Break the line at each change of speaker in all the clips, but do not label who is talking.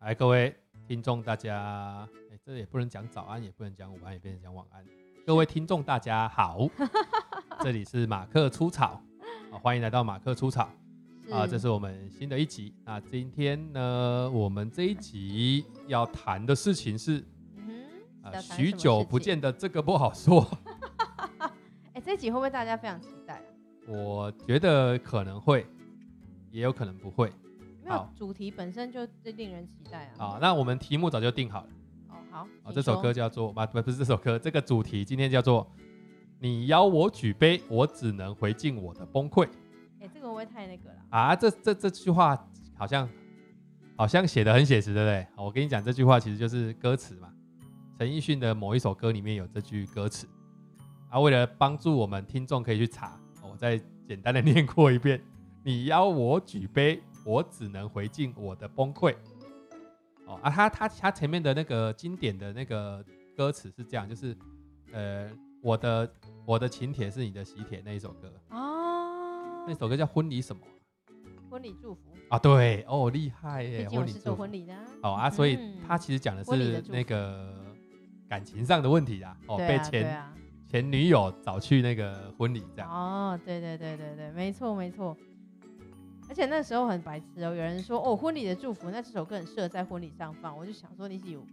来，各位听众，大家，哎，这也不能讲早安，也不能讲午安，也不能讲晚安。各位听众，大家 好，这里是马克出草，啊，欢迎来到马克出草啊，这是我们新的一集。那今天呢，我们这一集要谈的事情是
嗯
啊，
哼要谈什么
许久不
事情
见的这个不好说，
哎、这一集会不会大家非常期待、啊？
我觉得可能会，也有可能不会
没有
好，
主题本身就最令人期待啊。
啊。那我们题目早就定好了。
哦，好，
啊，
请
这首
说
歌叫做不不不是这首歌，这个主题今天叫做“你邀我举杯，我只能回敬我的崩溃
哎、这个会不会太那个了”？
啊，这这这句话好像好像写的很写实，对不对？好我跟你讲，这句话其实就是歌词嘛，陈奕迅的某一首歌里面有这句歌词啊。为了帮助我们听众可以去查，哦我再简单的念过一遍：“你邀我举杯，我只能回敬我的崩溃。”哦啊，他他他前面的那个经典的那个歌词是这样，就是呃，我的我的请帖是你的喜帖那一首歌，
啊哦
那，首歌叫婚礼什么
婚礼祝福，
啊？对哦，厉害
毕
耶，
竟我
婚礼
是做
祝福
婚。礼的、啊。
哦啊，所以
嗯
他其实讲的
婚礼的
是
祝福
那个感情上的问题啊，哦，
对
被
啊对
前
啊
前女友找去那个婚礼这样。
哦，对对对对对，没错没错。而且那时候很白痴哦，有人说哦，婚礼的祝福，那这首歌很适合在婚礼上放，我就想说你是有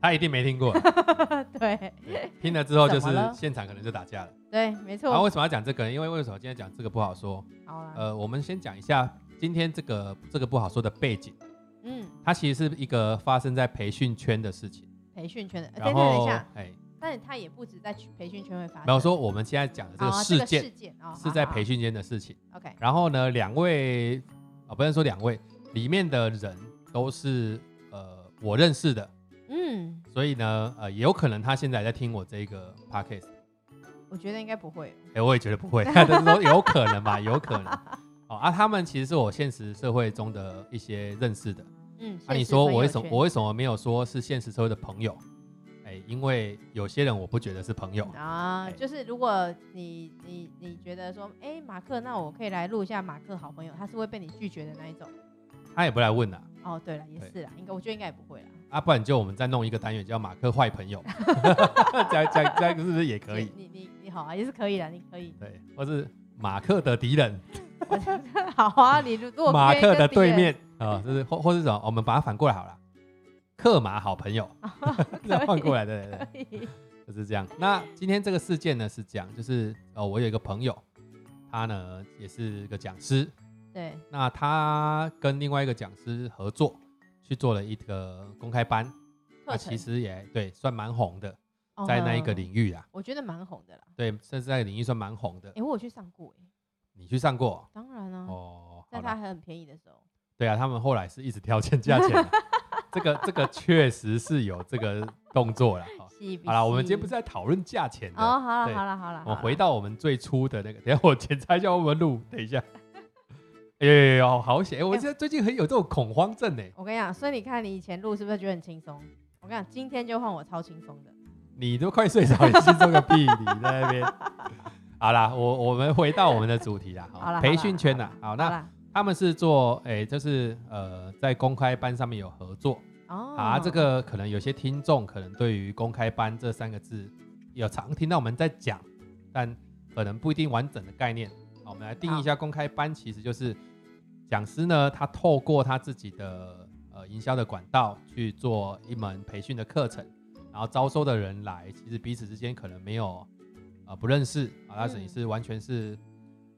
他一定没听过啊，
对
对听了之后就是
怎么了
现场可能就打架了。
对，没
然后
错。
为什么要讲这个呢？因为为什么今天讲这个不好说？
好啦，
呃，我们先讲一下今天这个这个不好说的背景，
嗯，
它其实是一个发生在培训圈的事情。
培训圈的，呃
然
等等等
后
一下，，
哎，
但是他也不止在培训圈会发生。
没有说我们现在讲的这个
哦
事件
事件哦
是在
好好
培训间的事情。
好 OK，
然后呢，两位啊、不能说两位，里面的人都是呃我认识的，
嗯，
所以呢，呃，也有可能他现在在听我这个 podcast，
我觉得应该不会。
哎、我也觉得不会，但是说有可能嘛，有可 能。哦啊，他们其实是我现实社会中的一些认识的。
嗯，
啊，
现
你
实
说
朋
我为
友
什么
圈
我为什么没有说是现实社会的朋友？哎、因为有些人我不觉得是朋友。
啊？
哎
就是如果你你你觉得说，哎、马克，那我可以来录一下马克好朋友，他是会被你拒绝的那一种。
他也不来问啊，
哦，对了，也
对
是啦，应该我觉得应该也不会啦。
啊，不然就我们再弄一个单元叫马克坏 朋友， 这样这样这样是不是也可以。
就？你你你好啊，也是可以啦，你可以
对，或是马克的敌人，
好啊，你如如果
马
可以
克
跟
的
别
对
人
面啊，就是或或是什么，我们把它反过来好了，克马好朋友，
哦
这样换过来对对对，
可以，
就是这样。那今天这个事件呢是这样，就是呃，我有一个朋友，他呢也是个讲师，
对，
那他跟另外一个讲师合作去做了一个公开班，那
课
啊其
程
实也对算蛮红的，在那一个
嗯
领域啊，
我觉得蛮红的啦。
对，甚至在领域算蛮红的
哎、。我有去上过、哎，
你去上过
当然啊，
哦？
在
好啦
它还很便宜的时候。
对啊，他们后来是一直调降价钱的，这个这个确实是有这个动作了。 好
是不
好了，我们今天
是
不是在讨论价钱的，
哦，好了
对
好了好了，
我
好
回
啦
到我们最初的那个，等一下我检查一下我们录，等一下。哎呦呦呦，好险！哎我
哎
现在最近很有这种恐慌症呢。
我跟你讲，所以你看你以前录是不是觉得很轻松？我跟你讲，今天就换我超轻松的。
你都快睡着，你心中个屁！你在那边。好啦，我我们回到我们的主题啦。
好啦
培训圈呐，好，
好
那
啦，
他们是做哎，就是呃，在公开班上面有合作，
哦，
啊，这个可能有些听众可能对于“公开班”这三个字有常听到我们在讲，但可能不一定完整的概念。好，我们来定义一下公开班，其实就是讲师呢，他透过他自己的呃营销的管道去做一门培训的课程，然后招收的人来，其实彼此之间可能没有呃不认识啊，他等于
嗯
是完全是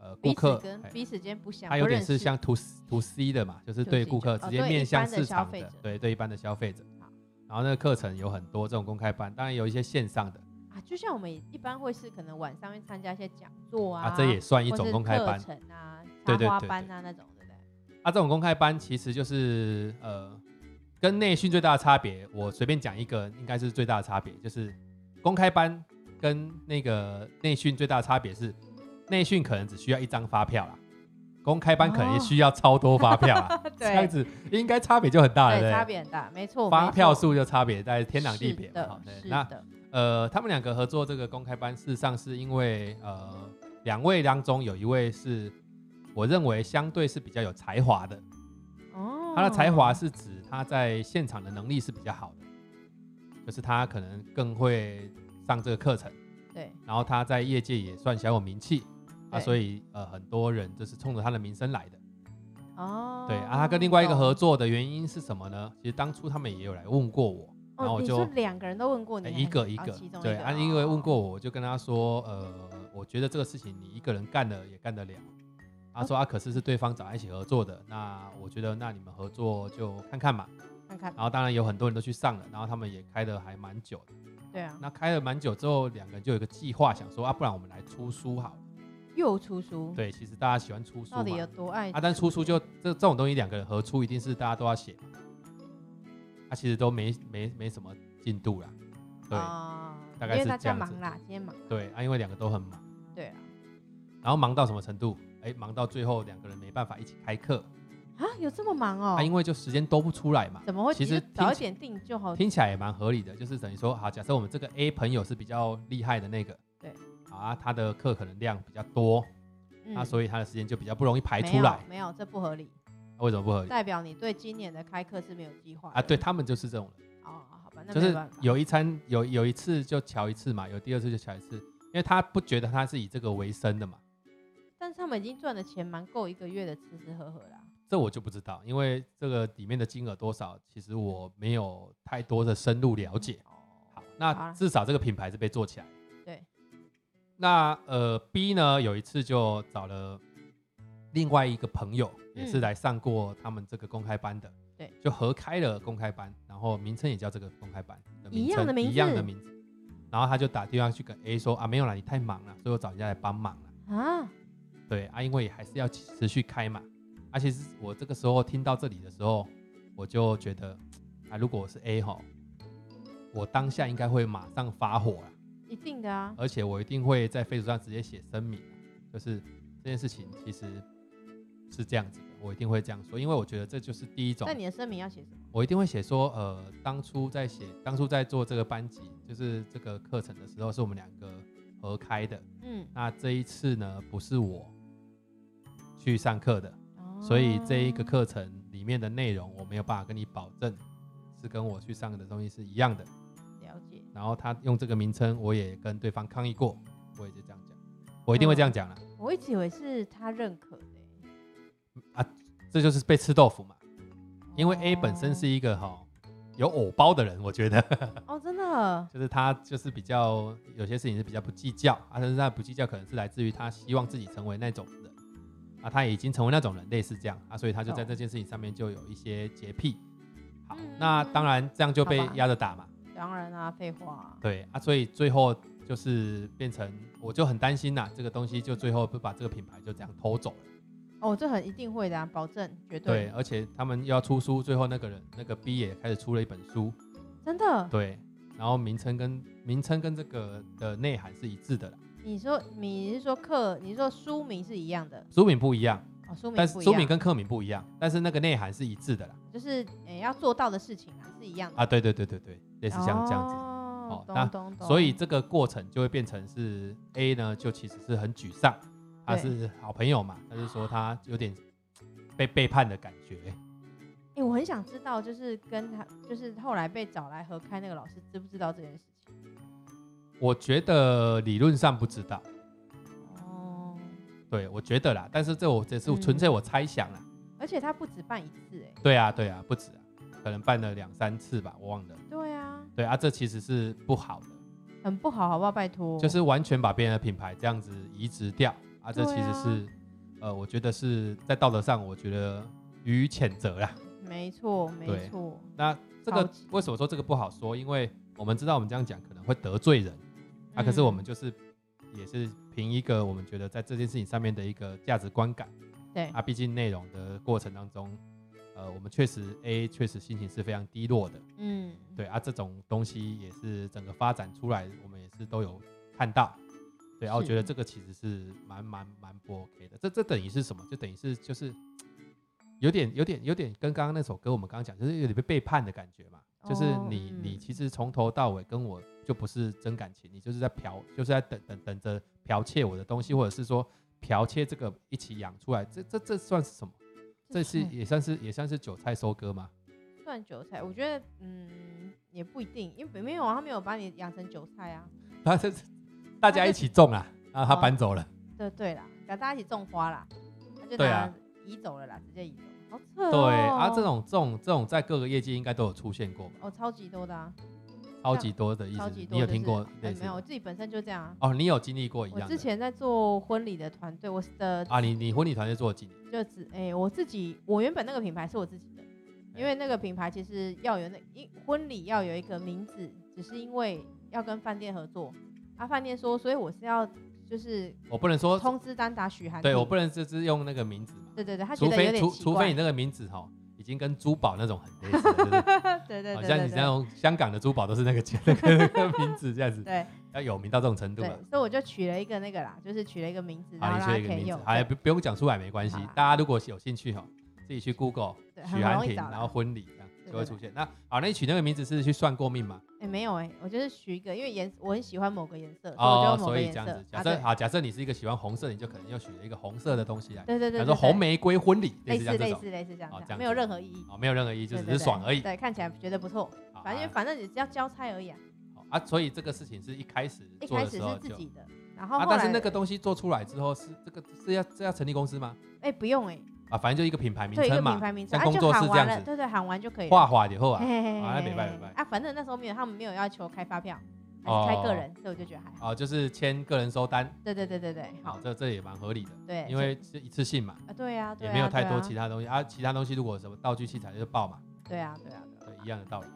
呃顾
彼此
客，
跟
哎
彼此间不相，
它有
不
点
认
是
识
像 to to C 的嘛，就是对
2C
顾客
就
直
哦
接
对
面
一
向
般的
市
消
场
费
的
者，
对对一般的消费者
好。
然后那个课程有很多这种公开班，当然有一些线上的
啊，就像我们一般会是可能晚上会参加一些讲座
啊，这也算一
或
种
是
公开
课
班
程啊、
对
插
对
花
对
班啊那种，对不对？
啊。这种公开班其实就是呃，跟内训最大的差别，我随便讲一个，应该是最大的差别就是公开班跟那个内训最大的差别是，内训可能只需要一张发票啦，公开班可能也
哦，
需要超多发票啦这样
对
子应该差别就很大了，
对，
啊对不对
差别很大，没错。
发
哦没
票
错
数就差别在天壤地别
是
嘛。好
的
对，
是
那
的，
呃，他们两个合作这个公开班，事实上是因为呃，两位当中有一位是我认为相对是比较有才华的，
哦，哦，
他的才华是指他在现场的能力是比较好的，就是他可能更会上这个课程，
对
然后他在业界也算小有名气啊，
对
所以呃很多人就是冲着他的名声来的。
哦，
对啊，他跟另外一个合作
作，
的原因是什么呢？其实当初他们也有来问过我，然后
哦，
我
你
就
说两个人都问过
呃
你，
一个一
哦
个
其中一
对，
个哦
啊，因为问过我，我就跟他说，呃，我觉得这个事情你一个人干了也干得了。他说啊，可是是对方找他一起合作的，那我觉得那你们合作就看看嘛。
看看，
然后当然有很多人都去上了，然后他们也开的还蛮久的。
对啊，
那开了蛮久之后，两个人就有一个计划，想说啊，不然我们来出书好了。
又出书，
对，其实大家喜欢出书
到底有
嘛。
多爱
啊，但出书就这这种东西，两个人合出一定是大家都要写嘛。啊，其实都没没没什么进度啦。对、
啊？
大概
因为
是
大
这
家
样
忙
子
啦，今天忙，
对啊，因为两个都很忙。
对啊，
然后忙到什么程度？哎，忙到最后两个人没办法一起开课，
啊，有这么忙哦
啊，？因为就时间都不出来嘛。
怎么会？
其
其实
实
早
听
一
起
点定就好。
听起来也蛮合理的，就是等于说，好，假设我们这个 A 朋友是比较厉害的那个，
对，
啊，他的课可能量比较多，
嗯
啊，所以他的时间就比较不容易排
没
出
有
来，啊
没有，这不合理，
为什么不合理？
代表你对今年的开课是没有计划
啊，
的
对他们就是这种人，
哦，好吧，那
就
没
是
办法
有一餐有有一次就瞧一次嘛，有第二次就瞧一次，因为他不觉得他是以这个为生的嘛，
但是他们已经赚的钱蛮够一个月的吃吃喝喝啦。
这我就不知道，因为这个里面的金额多少，其实我没有太多的深入了解。好
哦，，好
那
啦
至少这个品牌是被做起来。
对。
那呃，B 呢，有一次就找了另外一个朋友，也是
嗯
来上过他们这个公开班的，
对，
就合开了公开班，然后名称也叫这个公开班的
一样
称
的名
一样的
字
名字。然后他就打电话去跟 A 说啊，没有啦，你太忙了，所以我找人家来帮忙了。
啊，
对啊，因为还是要持续开嘛。而且是我这个时候听到这里的时候，我就觉得啊，如果我是 A 哈，我当下应该会马上发火啦。
一定的啊，
而且我一定会在 Facebook 上直接写声明啊，就是这件事情其实是这样子的，我一定会这样说，因为我觉得这就是第一种
那，你的声明要写什么？
我一定会写说，呃，当初在写，当初在做这个班级，就是这个课程的时候，是我们两个合开的，
嗯，
那这一次呢，不是我去上课的，所以这一个
哦
课程里面的内容，我没有办法跟你保证是跟我去上的东西是一样的。
哦了解，
然后他用这个名称，我也跟对方抗议过，我也就这样讲，我一定会这样讲啦。
我一直以为是他认可的欸、
这就是被吃豆腐嘛，因为 A
哦
本身是一个哈、有偶包的人，我觉得
哦，真的
就是他就是比较有些事情是比较不计较，啊，但是他的不计较可能是来自于他希望自己成为那种人，啊，他也已经成为那种人，类似这样啊，所以他就在
懂
这件事情上面就有一些洁癖。好
嗯，
那当然这样就被
好吧
压着打嘛，
当然啊，废话、啊，
对啊，所以最后就是变成，我就很担心呐、这个东西就最后不把这个品牌就这样偷走了。
哦，这很一定会的、啊，保证绝
对，
对，
而且他们又要出书，最后那个人那个 B 也开始出了一本书，
真的。
对，然后名称跟名称跟这个的内涵是一致的啦，
你说你是说课，你说书名是一样的
书名不一样，
哦，书名
但是
不一
书名
样，
跟课名不一样，但是那个内涵是一致的啦。
就是诶、要做到的事情啊是一样的，
啊，对对对对对，类似像这样子。
哦
哦，那
懂懂懂。
所以这个过程就会变成是 A 呢，就其实是很沮丧，他
对
是好朋友嘛，他就说他有点被背叛的感觉。
哎、我很想知道，就是跟他，就是后来被找来合开那个老师，知不知道这件事情？
我觉得理论上不知道，
哦，
对我觉得啦，但是这我这是
嗯
纯粹我猜想啦。
而且他不止办一次、哎，
对啊，对啊，不止啊，可能办了两三次吧，我忘了。
对啊，
对啊，这其实是不好的，
很不好，好不好？拜托，
就是完全把别人的品牌这样子移植掉啊，这
对
其实
啊
是、呃，我觉得是在道德上，我觉得予以谴责啦。
没错，没
对
错，
那这
好
个
奇
为什么说这个不好说？因为我们知道我们这样讲可能会得罪人啊，可是我们
嗯
就是也是凭一个我们觉得在这件事情上面的一个价值观感。
对
啊，毕竟内容的过程当中，呃，我们确实 A 确实心情是非常低落的，
嗯，
对啊，这种东西也是整个发展出来，我们也是都有看到，对啊，我
是
觉得这个其实是蛮蛮蛮不 OK 的，这这等于是什么？就等于是就是有点有点有点跟刚刚那首歌我们刚刚讲，就是有点被背叛的感觉嘛，就是
哦
你、你
嗯
其实从头到尾跟我就不是真感情，你就是在剽，就是在等等等着剽窃我的东西，或者是说剽窃这个一起养出来，这这这算是什么？这是
算
也算是也算是韭菜收割嘛。
算韭菜，我觉得嗯也不一定，因为没有啊，他没有把你养成韭菜啊。
他这是 大家一起种啦，然后他
哦
搬走了。
对对啦，跟大家一起种花啦，他就
对
拿
啊
移走了啦，直接移走，好扯哦。
对啊，这种这种这种在各个业界应该都有出现过吧，
哦超级多的啊，
超级多的意
超
思
级，多
你有
就
听
是
过
哎
类似
没有，我
的？
自己本身就这样啊。
哦，你有经历过一
我
样
之
的
前在做婚礼的团队，我的
啊？你你婚礼团队做了几年？
就只哎、我自己，我原本那个品牌是我自己的，因
哎
为那个品牌其实要有那一婚礼要有一个名字，只是因为要跟饭店合作，啊，饭店说，所以我是要就是
我不能说，
通知单打许涵婷，
对我不能只是用那个名字嘛，
对对对，他觉
除
得有
非
点
除
奇
除非
怪
你，那个名字哈，已经跟珠宝那种很类似了， 就是
对对
好
对
像
对
你那
对，
种香港的珠宝都是那个 那个那个名字这样子，
对
要有名到这种程度了
对。，所以我就取了一个那个啦，就是取了一个名字，然
好，你
后让
说一个
他可以
名字
用，，
好，也不不用讲出来没关系
好啦。
大家如果有兴趣哈，自己去 Google
对很
许安
容易
婷，
找啦
然后婚礼这样
对
就会
对
出现。那好，那你取那个名字是去算过命吗？
哎、没有哎、我就是取一个，因为颜我很喜欢某个颜色，
哦，
所
所
以
以
我
这
就
样
用
子
某个颜，色，
假
啊
设
对
好，假设你是一个喜欢红色，你就可能要选一个红色的东西来，
对对
比
对，
如说
对对
红玫瑰婚礼，类
类
似
似
像这
类
种，
似类似这
哦
样
这
子，
样
没有
子
任何意义，
哦，没有任何意义，就
对
只
对
是爽
对
而已。
对，看起来觉得不错，
好
反正
啊
反正你只要交差而已啊。
好啊，所以这个事情是一开始
一
做
开
的
始
时候
是自
就
己的，然后
啊，
后
但是
来
那个东西做出来之后是这个是要是要成立公司吗？
哎不用哎，
啊，反正就一个品牌名
对一个
称
品
嘛，
牌名称
像
啊
工
就
作
喊
室这
完
样
了，
子
对对，喊完就可以
画
了。
画以后啊
嘿，嘿嘿
啊那没
嘿
办法
嘿
没办
啊，反正那时候没有，他们没有要求开发票，还是开个
哦
人，所以我就觉得还好。
啊，就是签个人收单，
对对对对对，
好
好，，
这这也蛮合理的，
对，
因为是一次性嘛，
啊对啊，对
也
啊
没有太多其
对啊
他东西啊，其他东西如果有什么道具器材就报嘛，
对啊对啊对
对
啊，
一样的道理。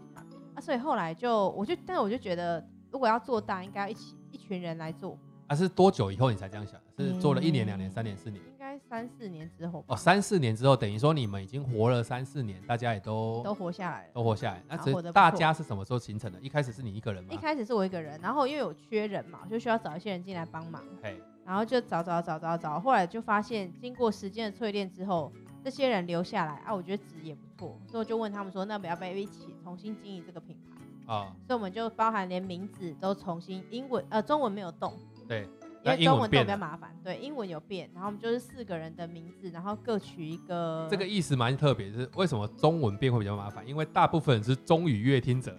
啊，所以后来就我就，但是我就觉得如果要做大，应该要一起一群人来做，
啊，是多久以后你才这样想的？是做了一年、
嗯
两年、三年、四年？
应该三四年之后
哦，
吧，
三四年之后，等于说你们已经活了三四年，大家也都
都活下来了。
都活下来。那
然后
这
活得不
大
错
家是什么时候形成的？一开始是你一个人吗
一？开始是我一个人，然后因为有缺人嘛，我就需要找一些人进来帮忙。
嘿，
然后就找找找找找，后来就发现，经过时间的淬炼之后，这些人留下来啊，我觉得值也不错，所以我就问他们说，那不要不要一起重新经营这个品牌？
哦，
所以我们就包含连名字都重新英文呃中文没有动，
对，
因
那
为
英
中
文
文动
变
比较
了，
麻烦，对，英文有变，然后我们就是四个人的名字，然后各取一个
这个意思蛮特别，就是为什么中文变会比较麻烦？因为大部分人是中语乐听 者，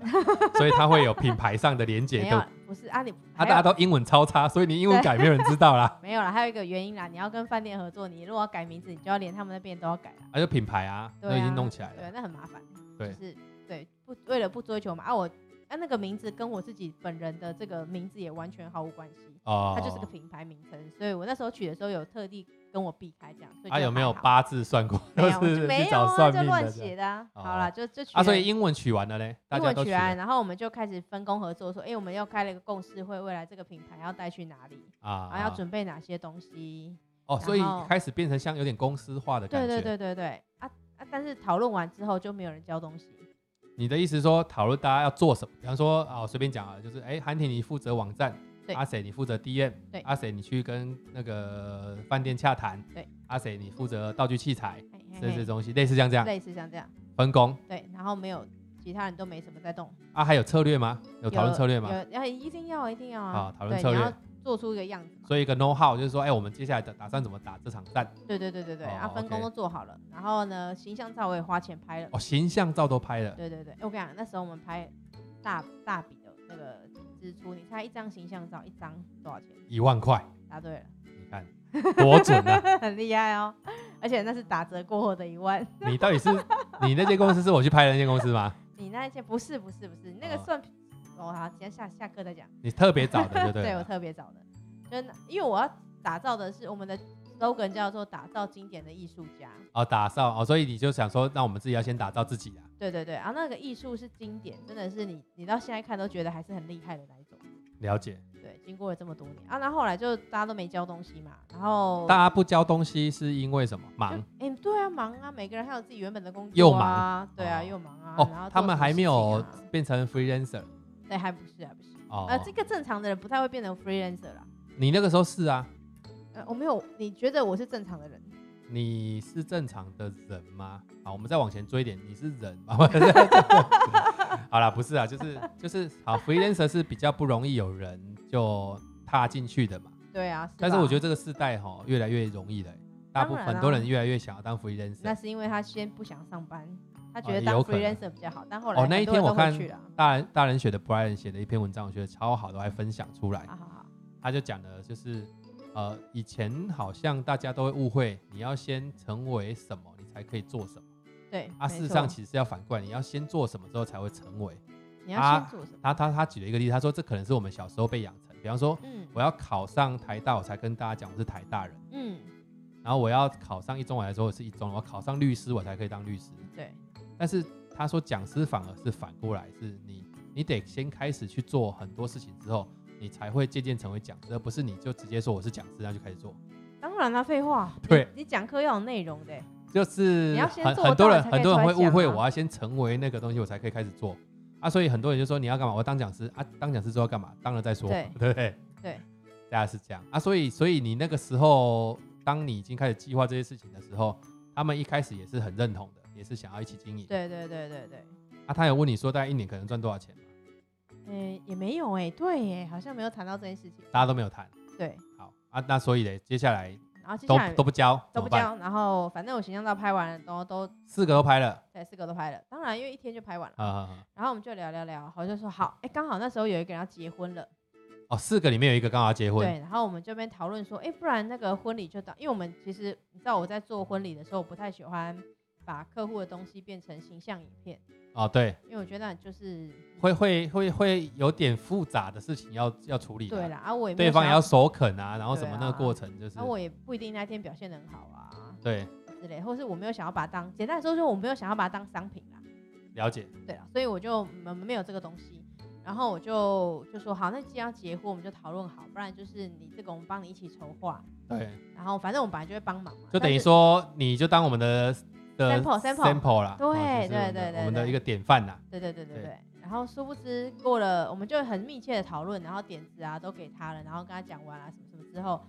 所以他会有品牌上的连接
没
度
有。不是啊你
啊，
还
大家
有
都英文超差，所以你英文改没有人知道啦。
没有啦，还有一个原因啦，你要跟饭店合作，你如果要改名字，你就要连他们那边都要改啦。
啊，就品牌啊，
对
都已经
啊
弄起来
对，
了。
那很麻烦。
对
就是对不为了不追求嘛啊我啊那个名字跟我自己本人的这个名字也完全毫无关系，
哦
它就是个品牌名称，所以我那时候取的时候有特地跟我避开这样，所以
啊，
就
有没有
还好？
八字算过？
没有，
就
就是没
去
有
找
啊，
算
就
命
乱
的这样。
写的啊。
哦
好啦，就就取
啊，所
了
以英文取完了嘞，大
英
家
文
都
取
完
啊完，然后我们就开始分工合作，说，哎、我们又开了一个共识会，未来这个品牌要带去哪里，
啊
然后要准备哪些东西，
哦，所以
然后
开始变成像有点公司化的感
对
觉。
对对对对，啊啊！但是讨论完之后就没有人交东西，
你的意思是说讨论大家要做什么？比方说啊，我随便讲啊，就是哎，韩婷你负责网站，
对
阿谁你负责 DM，
对
阿谁你去跟那个饭店洽谈，
对，
阿谁你负责道具器材
嘿嘿
这
嘿
些东西，类似像这样
类似像这样。
分工
对，然后没有其他人都没什么在动。
啊，还有策略吗？有
有
讨论策略吗？
有，要一定要一定要啊！
啊讨论
对
策略
你要做出一个样子嘛。
所以一个 know how 就是说，哎，我们接下来打打算怎么打这场战？
对对对对对，
哦
啊，分工
OK
都做好了，然后呢，形象照我也花钱拍了。
哦，形象照都拍了，
对对对，哎我跟你讲，那时候我们拍大大笔的那个支出，你猜一张形象照一张多少钱？
一万块，
答对了，
你看多准啊！
很厉害哦！而且那是打折过后的一万。
你到底是你那间公司是我去拍的那间公司吗？
你那一件不是不是不是，你那个
哦
算哦好，今天下下课再讲。
你特别找 的，对不对
对我
了？
特别找的，就是那因为我要打造的是我们的 slogan 叫做“打造经典的艺术家
哦，打造哦，所以你就想说，那我们自己要先打造自己啊。”。
对对对，然后那个艺术是经典，真的是你你到现在看都觉得还是很厉害的那一种。
了解，
对，经过了这么多年啊，那后来就大家都没交东西嘛，然后
大家不交东西是因为什么？忙
哎、诶对啊，忙啊，每个人还有自己原本的工作、啊，
又忙
对啊，
哦
又忙啊，然后
哦，他
做
们
什么
还
事
没有
情啊
变成 freelancer
对，还不是还不是，
哦。
呃，这个正常的人不太会变成 freelancer 啦。
你那个时候是啊，
呃，我没有，你觉得我是正常的人？
你是正常的人吗？好，我们再往前追一点，你是人吗？ 好啦，不是啊，就是就是好，freelancer 是比较不容易有人就踏进去的嘛。
对啊，是
但是我
吧
觉得这个世代哈、越来越容易了欸、大
当
部分
然
很多
啦
人越来越想要当 freelancer
那。是因为他先不想上班，他觉
哦
得当
有可能
freelancer 比较好，但后来
哦，那
很
一
多
天
人
我
都会
看
去了。
大人大人学的 Brian 写的一篇文章，我觉得超好的，我还分享出来。
啊好好好，
他就讲的就是，呃，以前好像大家都会误会，你要先成为什么，你才可以做什么。
对
啊，
没
事实
错
上其实是要反过来，你要先做什么之后才会成为。
你要
啊
先做什么？
他他他举了一个例子，他说这可能是我们小时候被养成，比方说
嗯
我要考上台大，我才跟大家讲我是台大人；
嗯，
然后我要考上一中，我来说我是一中；我考上律师，我才可以当律师。
对，
但是他说讲师反而是反过来，是你你得先开始去做很多事情之后，你才会渐渐成为讲师，而不是你就直接说我是讲师，然后就开始做。
当然啦，废话，你
对，
你讲课要有内容的，
就是
你要先
很
做
很多
到
人
才可以
很多人
出
会
来
误会
讲啊
我要先成为那个东西，我才可以开始做啊，所以很多人就说你要干嘛？我要当讲师啊，当讲师之后要干嘛？当了再说，
对
对不对？
对，
大家是这样啊，所以所以你那个时候，当你已经开始计划这些事情的时候，他们一开始也是很认同的，也是想要一起经营。
对对对对对，
啊，他有问你说大概一年可能赚多少钱吗？
嗯，也没有哎，对耶，好像没有谈到这件事情，
大家都没有谈。
对，
好啊，那所以嘞，接下来
然后接
都
下来
都不交，怎
都不
么办？
交，然后反正我形象照拍完了，然后都
四个都拍了，
对四个都拍了，当然因为一天就拍完了，
啊、啊
然后我们就聊聊聊，好就说好，哎，刚好那时候有一个人要结婚了。
哦，四个里面有一个刚好要结婚，
对，然后我们这边讨论说，哎，不然那个婚礼就当，因为我们其实你知道我在做婚礼的时候，我不太喜欢把客户的东西变成形象影片，
哦，对，
因为我觉得就是
会会会会有点复杂的事情要要处理、
对，啦，啊我也没有
对方也
想
要，手啃啊，然后什么
对啊
那个过程就是、
啊我也不一定那天表现得很好啊
对
之类，或是我没有想要把它当，简单来说，说我没有想要把它当商品啦，
了解，
对啊啦，所以我就我们没有这个东西。然后我就就说好，那既然要结婚，我们就讨论好，不然就是你这个我们帮你一起筹划，
对，
然后反正我们本来就会帮忙嘛，
就等于
但是
说你就当我们的的
Sample- sample
sample 啦，
对
哦就是我
对
们的
对对
我们的
对
一个典范啦，
对对对对
对
对。然后殊不知过了，我们就很密切的讨论，然后点子啊都给他了，然后跟他讲完啊什么什么之后，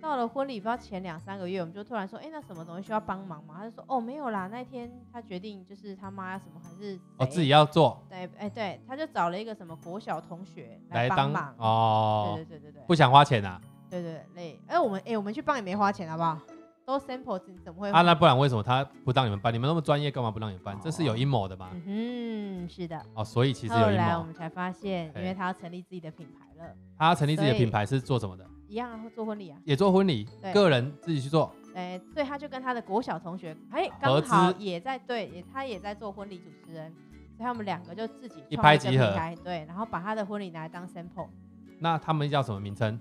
到了婚礼不知道前两三个月，我们就突然说，哎，那什么东西需要帮忙吗？他就说，哦，没有啦，那一天他决定就是他妈什么还是
哦，
谁
自己要做
对，哎对，他就找了一个什么国小同学
来
帮
当
忙，
哦，
对对对对
不
对，
想花钱啊，
对对累。哎，我们哎我们去帮也没花钱好不好？都 sample 你怎么会？
啊，那不然为什么他不让你们办？你们那么专业，干嘛不让你们办？这是有阴谋的吗？
嗯哼，是的。
哦，所以其实
后
有阴
来我
谋。
们才发现，因
哎
为他要成立自己的品牌了。
他成立自己的
所以
品牌是做什么的？
一样啊，会做婚礼啊，
也做婚礼，
对
个人自己去做。
哎、所以他就跟他的国小同学，哎、
合
刚好
资
也在对，也他也在做婚礼主持人，所以他们两个就自己创
一拍
了个
即合
平台，对，然后把他的婚礼拿来当 sample，、
那他们叫什么名称？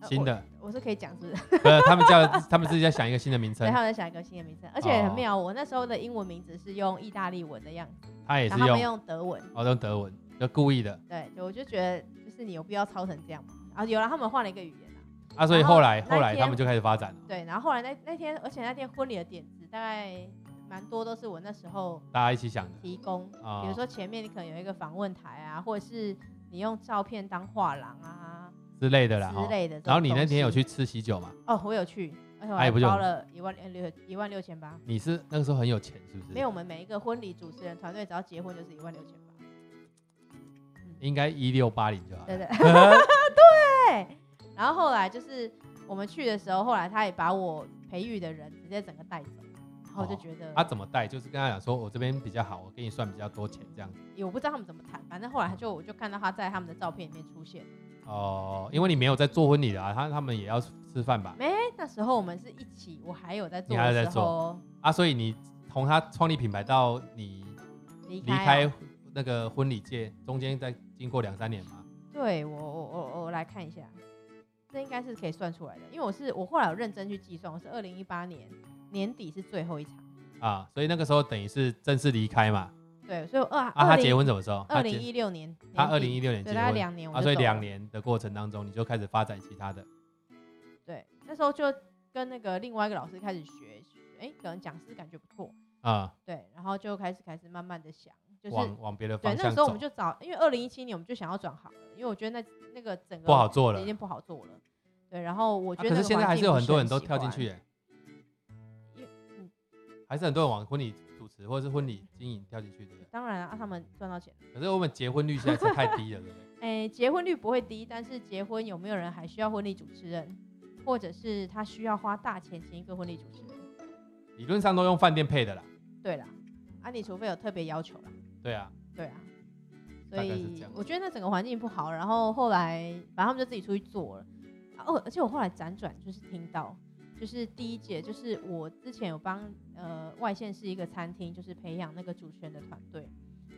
呃
新的，
我，我 是可以讲是不是？
不是他们叫他们自己在想一个新的哦名
所以
称
他，们在想一个新的名称，而且很妙，我那时候的英文名字是用意大利文的样子，
他也
然
是
后他们
用
用德文，
哦用德文，就故意的啊
对，就我就觉得就是你有必要抄成这样吗？啊，有了，他们换了一个语言啊，
啊，所以
然后
后来
那
后来
天
他们就开始发展了，
对，然后后来那那天，而且那天婚礼的点子大概蛮多都是我那时候
大家一起想的
提供，
啊
比如说前面你可能有一个访问台啊，或者是你用照片当画廊啊
之类的啦
之
哈。
类的这种东西。
然后你那天有去吃喜酒嘛？
哦，我有去，而且我
哎
还
不就
包了一万呃六一万六千八。
你是那个时候很有钱是不
没
是？
有，我们每一个婚礼主持人团队只要结婚就是一万六千八。
应该一六八零就好
对
了。
对对。然后后来就是我们去的时候，后来他也把我培育的人直接整个带走，然后我就
哦
觉得、
他怎么带？就是跟他讲说，我这边比较好，我给你算比较多钱这样子。
也我不知道他们怎么谈，反正后来他就我就看到他在他们的照片里面出现。
哦，因为你没有在做婚礼的啊，他他们也要吃饭吧？
哎，那时候我们是一起，我还有在做
你还有
的
在
时
做
候
啊，所以你从他创立品牌到你
离
离
开,、哦
开那个婚礼界，中间再经过两三年嘛，
对我，我我我来看一下，这应该是可以算出来的，因为我是我后来有认真去计算，我是二零一八年年底是最后一场，
啊，所以那个时候等于是正式离开嘛。
对，所以我二
啊，他
二
结
零
婚什么时候？
二
结
零一六年年底，
他二零一六年结
对，大概
婚，
两年，我
啊，
就
所以
走了
两年的过程当中，你就开始发展其他的。
对，那时候就跟那个另外一个老师开始学，哎，可能讲师感觉不错，
啊、
对，然后就开始开始慢慢的想，就是
往往别的
对
方
那个
向
时候我
走
们，就找，因为二零一七年我们就想要转行了，因为我觉得那那个整个
不好做了
已。经不好做了。对，然后我
啊
觉得、
可是现在还是有很多人都跳进去，耶，
嗯
还是很多人往婚礼主持或者是婚礼经营跳进去，对不对？
当然啊，他们赚到钱了。
可是我们结婚率现在是太低了，对不对？
哎，结婚率不会低，但是结婚有没有人还需要婚礼主持人？或者是他需要花大钱请一个婚礼主持人。
理论上都用饭店配的啦。
对啦，啊，你除非有特别要求啦，
对啊，
对啊，
大
所
概是这
以
样
我觉得那整个环境不好，然后后来反正他们就自己出去做了。啊哦，而且我后来辗转就是听到，就是第一届，就是我之前有帮呃外县市一个餐厅，就是培养那个主持人的团队。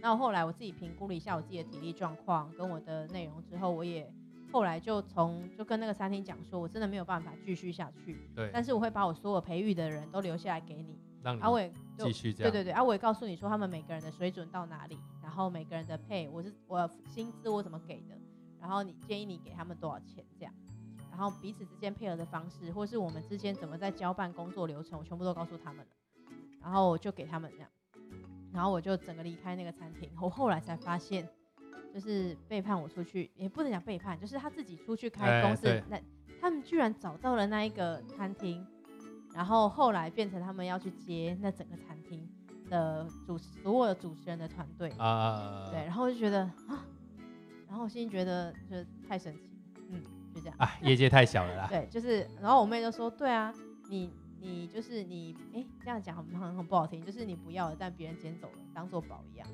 那我后来我自己评估了一下我自己的体力状况跟我的内容之后，我也后来就从就跟那个餐厅讲说，我真的没有办法继续下去，
对，
但是我会把我所有培育的人都留下来给你。
让
啊，我
你
也就
继续这
对
样。
对对，啊，我也告诉你说他们每个人的水准到哪里，然后每个人的配，我是我薪资我怎么给的，然后你建议你给他们多少钱这样，然后彼此之间配合的方式，或是我们之间怎么在交办工作流程，我全部都告诉他们了，然后我就给他们这样，然后我就整个离开那个餐厅，我后来才发现。就是背叛我出去，也不能讲背叛，就是他自己出去开
哎
公司
对，
那他们居然找到了那一个餐厅，然后后来变成他们要去接那整个餐厅的主持所有的主持人的团队，
啊啊啊啊
对，然后我就觉得啊，然后我心里觉得就是太神奇了，嗯，就这样，
啊，业界太小了啦。
对，就是，然后我妹就说，对啊，你你就是你，哎，这样讲很很很不好听，就是你不要了，但别人捡走了，当做宝一样，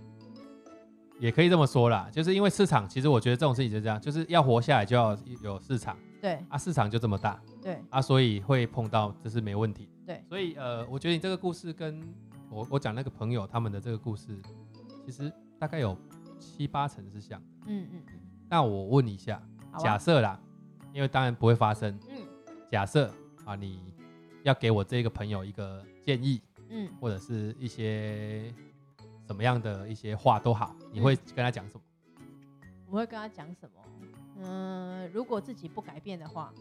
也可以这么说啦，就是因为市场，其实我觉得这种事情就这样，就是要活下来就要有市场
对
啊，市场就这么大
对
啊，所以会碰到这是没问题。
对，
所以呃，我觉得你这个故事跟我我讲那个朋友他们的这个故事，其实大概有七八成是像的。
嗯嗯嗯，
那我问一下，
好
假
啊，
设啦，因为当然不会发生，
嗯
假设啊，你要给我这个朋友一个建议，
嗯。
或者是一些什么样的一些话都好，你
嗯
会跟他讲什么？
我会跟他讲什么？嗯、如果自己不改变的话，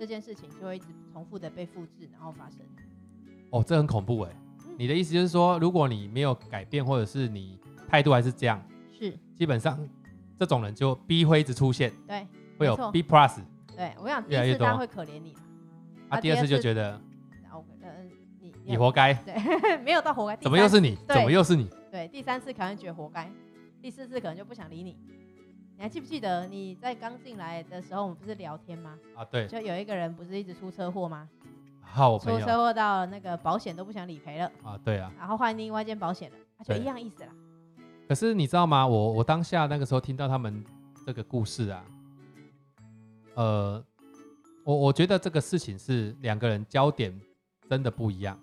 这件事情就会一直重复的被复制，然后发生。
哦，这很恐怖哎、
嗯
你的意思就是说，如果你没有改变，或者是你态度还是这样，
是
基本上这种人就 B 会一直出现，
对
会有
没错
B plus，
对，我想第
越来
一
越
次他
多
会可怜你啦，
啊，
啊
第二
第二
次就
次
觉得
然后嗯、呃，你
你活该，
对 没有到活该，第
怎么又
三
是你？
对
怎么又是你？
对第三次可能觉得活该，第四次可能就不想理你。你还记不记得你在刚进来的时候，我们不是聊天吗？
啊，对，
就有一个人不是一直出车祸吗？
好，我
出
朋
车
友
祸到那个保险都不想理赔了，
啊，对啊。
然后换另外一间保险了，他就
对
一样意思啦。
可是你知道吗？我我当下那个时候听到他们这个故事啊，呃，我我觉得这个事情是两个人焦点真的不一样。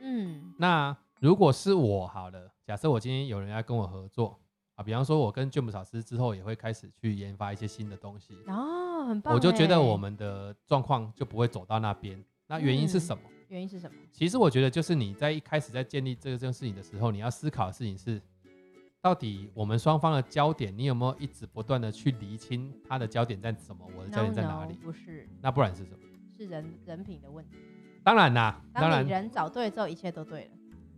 嗯
那如果是我好了，假设我今天有人要跟我合作啊，比方说我跟 James 老师之后也会开始去研发一些新的东西，
哦，很棒欸。
我就觉得我们的状况就不会走到那边。那原因是
嗯
什么？
原因是什么？
其实我觉得，就是你在一开始在建立这个这件事情的时候，你要思考的事情是，到底我们双方的焦点，你有没有一直不断的去厘清他的焦点在什么，我的焦
No
点在哪
no，
里？
不是，
那不然是什么？
是人人品的问题。
当然啦，当
当
然
你，人找对之后，一切都对了。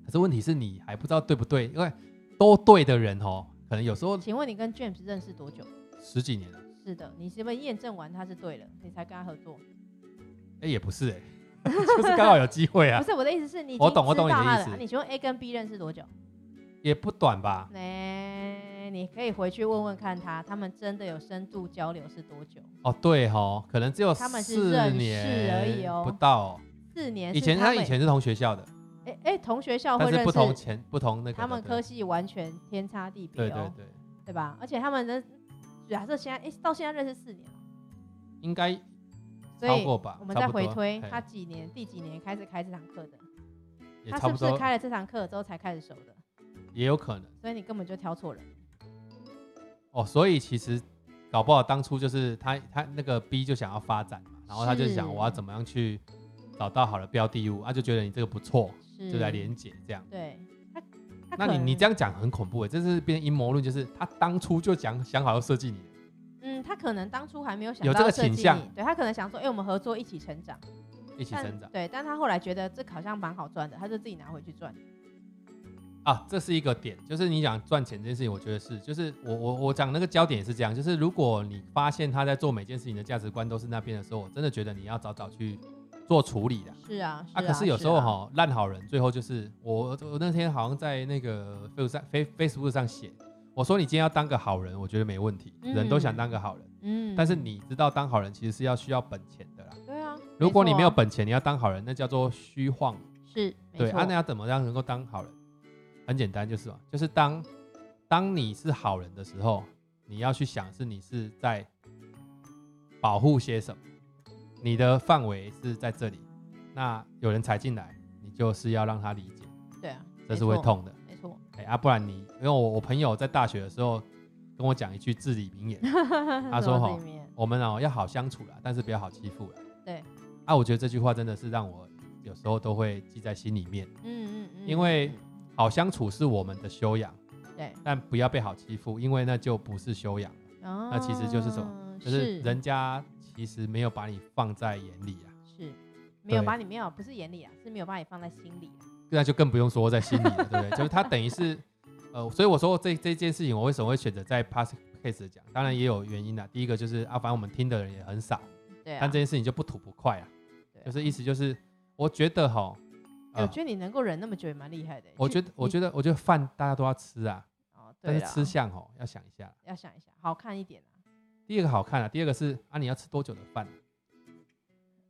可是问题是你还不知道对不对，因为都对的人哦，可能有时候
请问你跟 James 认识多久？
十几年了，
是的，你是不是验证完他是对了，你才跟他合作？
哎，也不是哎、 就是刚好有机会啊
不，是我的意思是你已
我
经
懂我
知
懂你的
道他
意
了
思
啊你请问 A 跟 B 认识多久？
也不短吧？
那、你可以回去问问看他，他们真的有深度交流是多久？
哦，对哦，可能只有
他们是
四
认识
年
而已哦
不到哦、
四年是
以前
他
他
们
以前是同学校的，
哎哎、同学校
但
会
是
认
不同
识，
前不同那个的
他们
对
科系完全天差地别
对对
哦，
对，
对吧？而且他们的假设现在哎、到现在认识四年了，
应该
所
超
以
过吧。
我们
啊差
再
不多
回推
嘿
他几年、第几年开始开这堂课的，
也
他
差
是
不
不是
多，
开了这堂课之后才开始熟的？
也有可能
所以你根本就挑错人。
哦。所以其实搞不好当初就是他他那个 B 就想要发展嘛，然后他就是想我要怎么样去找到好的标的物，他、啊就觉得你这个不错，
是
就来连接这样。
对他，他
那
可
你你
能
这样讲很恐怖欸诶，这是变成阴谋论，就是他当初就讲想好要设计你的，
嗯，他可能当初还没有想
有
到
这个
设计
倾向
你对他可能想说，哎、我们合作一起成长，
一起
但
成长
对，但他后来觉得这好像蛮好赚的，他就自己拿回去赚。
啊，这是一个点，就是你讲赚钱这件事情，我觉得是，就是我我我讲那个焦点也是这样，就是如果你发现他在做每件事情的价值观都是那边的时候，我真的觉得你要早早去做处理的。
是啊，是
啊，可是有时候
啊
哈、烂好人最后就是我，我那天好像在那个 Facebook 上 Face- Facebook 上写，我说你今天要当个好人，我觉得没问题，人都想
嗯
当个好人，
嗯，
但是你知道当好人其实是要需要本钱的啦，
对啊，
如果你没有
没错
本钱，你要当好人，那叫做虚晃。
是没
对
错，
啊，那要怎么样能够当好人？很简单，就是嘛，就是当当你是好人的时候，你要去想是你是在保护些什么，你的范围是在这里。那有人踩进来，你就是要让他理解，
对啊，
这
没
是会
错，
痛的。
没错，
哎、啊，不然你因为我我朋友在大学的时候跟我讲一句至理名 言，
他
说哈
里面
我们哦要好相处啦，但是不要好欺负啦。
对，
啊，我觉得这句话真的是让我有时候都会记在心里面。
嗯嗯嗯，
因为
嗯
好相处是我们的修养，
对，
但不要被好欺负，因为那就不是修养，
那
其实就是什么就是人家其实没有把你放在眼里啊，
是没有
对
把你没有不是眼里啊，是没有把你放在心里啊，
那就更不用说在心里了，对 不对？就是他等于是，呃，所以我说这这件事情，我为什么会选择在 p a s s case 讲，当然也有原因的、第一个就是啊，反正我们听的人也很少，
对啊
但这件事情就不吐不快啊，
对啊
就是意思就是，我觉得哈，
哎我
呃，
觉得你能够忍那么久也蛮厉害的欸。
我
就
觉得我
你
觉得我觉得饭大家都要吃啊，
哦，
但
对
是
啦
吃相哦要想一下。
要想一下，好看一点啊。
第一个好看啊，第二个是啊，你要吃多久的饭？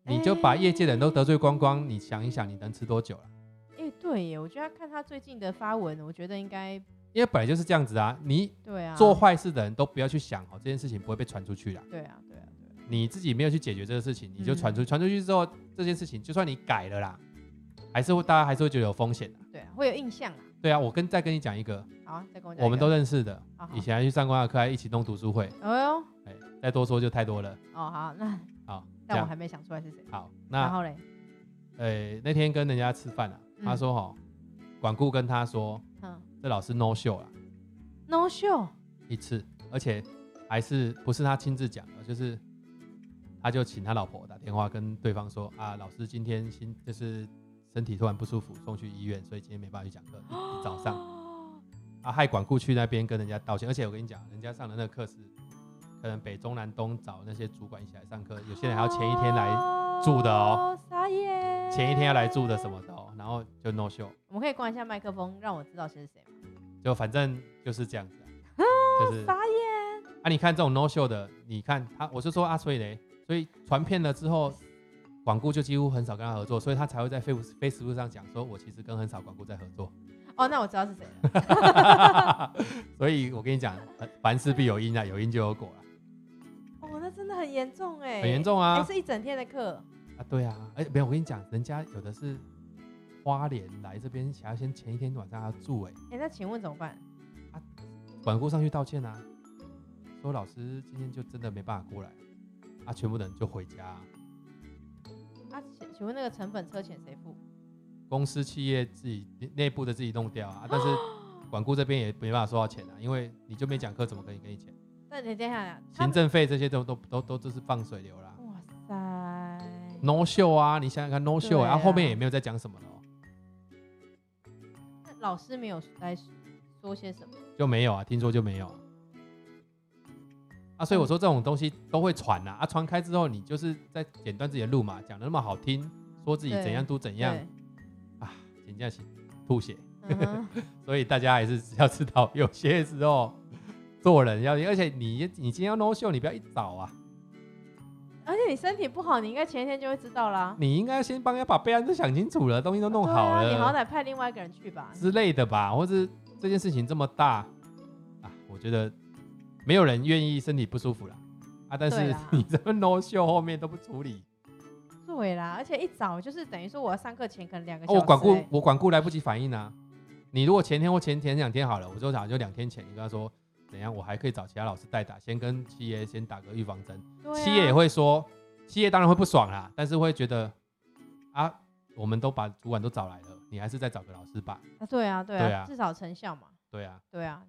你就把业界的人都得罪光光，你想一想，你能吃多久啊了？
哎，对耶，我觉得看他最近的发文，我觉得应该
因为本来就是这样子啊，你
对啊，
做坏事的人都不要去想哦，这件事情不会被传出去啦。
对啊，对啊，对啊，
你自己没有去解决这个事情，你就传出
嗯
传出去之后，这件事情就算你改了啦，还是会大家还是会觉得有风险的。
对啊，会有印象啊。
对啊，我跟再跟你讲一个，
好啊，再跟我讲一个。
我们都认识的，
好好
以前还去上观光课，还一起弄读书会，
哎呦
哎，再多说就太多了。
哦好，那
好，这
但我
样
还没想出来是谁。
好，那
然后嘞，
呃，那天跟人家吃饭啊，他
嗯
说哈、管顾跟他说，
嗯
这老师 no show 啦，
，No show，
一次，而且还是不是他亲自讲的，就是他就请他老婆打电话跟对方说啊，老师今天心就是身体突然不舒服，送去医院，所以今天没办法去讲课，早上
哦
啊，害管顾去那边跟人家道歉，而且我跟你讲，人家上的那个课是可能北中南东找那些主管一起来上课，有些人还要前一天来，住的哦，
傻眼，
前一天要来住的什么的、哦，然后就 no show。
我们可以关一下麦克风，让我知道谁是谁吗？
就反正就是这样子、啊，就是
傻眼，
啊，你看这种 no show 的，你看他，我是说啊，所以嘞，所以传遍了之后，管顾就几乎很少跟他合作，所以他才会在 Face Facebook 上讲说，我其实跟很少管顾在合作，
哦，那我知道是谁了。
所以我跟你讲，呃凡事必有因啊，有因就有果啦，
哦，那真的很严重哎，
很严重
哎，
啊，
是一整天的课，
啊，对啊，哎、没有，我跟你讲，人家有的是花莲来这边，想要先前一天晚上要住、哎，
哎，那请问怎么办？
管顾上去道歉啊，说老师今天就真的没办法过来，啊，全部人就回家啊、
啊，请请问那个成本车钱谁付？
公司企业自己内部的自己弄掉 啊，但是管顾这边也没办法收到钱啊，因为你就没讲课，怎么可以给你钱？
那你等一下，他
行
们
政费这些都都都都都是放水流啦
哇塞，
，no show 啊，你想想看 no show，
对
然
啊
后后面也没有再讲什么了哦，
那老师没有来说些什么？
就没有啊，听说就没有啊。啊，
嗯
所以我说这种东西都会传呐、啊，啊，传开之后你就是在剪断自己的路嘛，讲的那么好听，说自己
对
怎样都怎样，
对
人家吐血。
嗯哼
所以大家还是要知道，有些时候 做人要，而且你你今天要 no show，你不要一早啊，
而且你身体不好，你应该前一天就会知道啦。
你应该先帮人家把备案都想清楚了，东西都弄好
对啊
了、
你好歹派另外一个人去吧。
之类的吧，或是这件事情这么大啊，我觉得没有人愿意身体不舒服啦。啊，但
对
是
啦
你这个 no show 后面都不处理，
对啦，而且一早就是等于说我要上课前可能两个
啊
小时、
我管顾
哎
我管顾来不及反应啊。你如果前天或前前两天好了，我就想就两天前，你跟他说怎样，我还可以找其他老师代打，先跟七爷先打个预防针。
对啊
企业也会说，企业当然会不爽啦，但是会觉得啊，我们都把主管都找来了，你还是再找个老师吧。
啊，对啊，对啊，
对啊
至少成效嘛，
对啊，
对啊。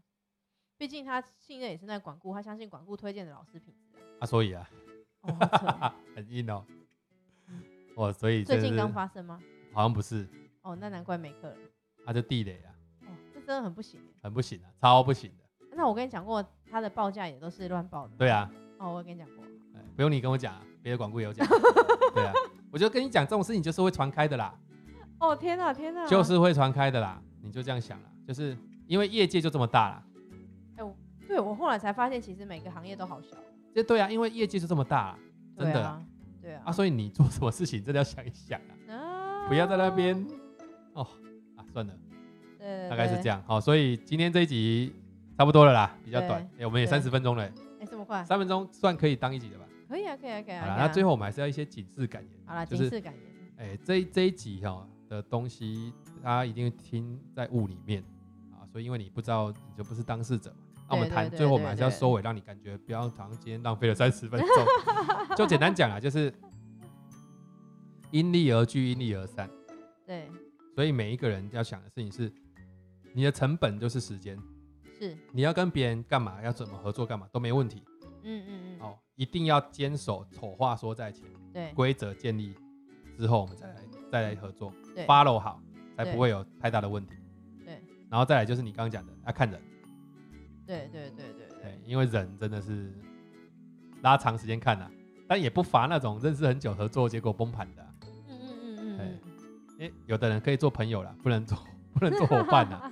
毕竟他信任也是那个管顾，他相信管顾推荐的老师品质啊。
啊，所以啊，
哦，好扯
很硬哦。哦，所以
最
真
近
的
刚
是
发生吗？
好像不是，
哦，那难怪没课了。
他就地雷啊，
哦，这真的很不行耶。
很不行啊，超不行的。
那我跟你讲过，他的报价也都是乱报的。
对啊，
哦，我跟你讲过。
哎不用你跟我讲啊，别的广告也有 讲。对啊，我就跟你讲，这种事情就是会传开的啦，
哦，天哪，天哪！
就是会传开的啦，你就这样想啦，就是因为业界就这么大啦。
对我后来才发现，其实每个行业都好小。
这对啊，因为业界就这么大啦，真的
对
啦
啊，对对啊
啊，，所以你做什么事情真的要想一想啊，
啊
不要在那边哦啊，算了，
对，
大概是这
样。
样。好，所以今天这一集差不多了啦，比较
对
短，哎我们也
对
三十分钟了，哎
哎，这么快？
三分钟算可以当一集的吧？
可以啊，可以啊，可以啊。
好
可
啦，
以
那
啊
最后我们还是要一些警示感言，
好啦，
就
警
是
示感言。
哎、这一这一集哈、的东西，大家一定听在雾里面啊，所以因为你不知道，你就不是当事者嘛。那我们
对对
谈
对
最后，我
对
们还是要
对
收尾，让你感觉不要好像今天浪费了三十分钟。 就简单讲啊，就是因利而聚，因利而散。
对，
所以每一个人要想的事情是，你的成本就是时间，
是，
你要跟别人干嘛，要怎么合作干嘛都没问题
嗯嗯嗯，
哦，一定要坚守丑话说在前，
对
规则建立之后，我们再来再来合作。
对
follow 好，才
对
不会有太大的问题。
对，
然后再来就是你刚刚讲的，要看人，
对对对对
对，因为人真的是拉长时间看呐、啊但也不乏那种认识很久合作结果崩盘的啊、
嗯嗯嗯嗯嗯，
诶，有的人可以做朋友啦，不能做 不能做伙伴啦，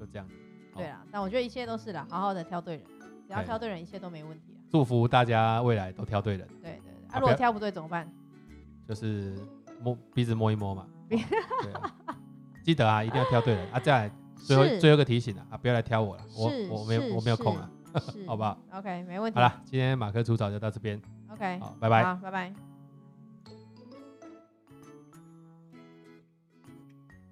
就这样。
对啦，但我觉得一切都是啦，好好的挑对人，只
哎
要挑对人，一切都没问题啦。
祝福大家未来都挑对人，
对对对，
好
啊，如
不
果
要
挑不对怎么办？
就是摸鼻子摸一 摸嘛。哦对啊，记得啊，一定要挑对人啊！再来最后
是
最后一个提醒啊，啊不要来挑我了，我
是
我没有
是
我没有空啊，
是
好不好？
？OK，没问题。
好啦，今天马克吐槽就到这边，
，OK，
好，拜拜。
哎好，拜拜。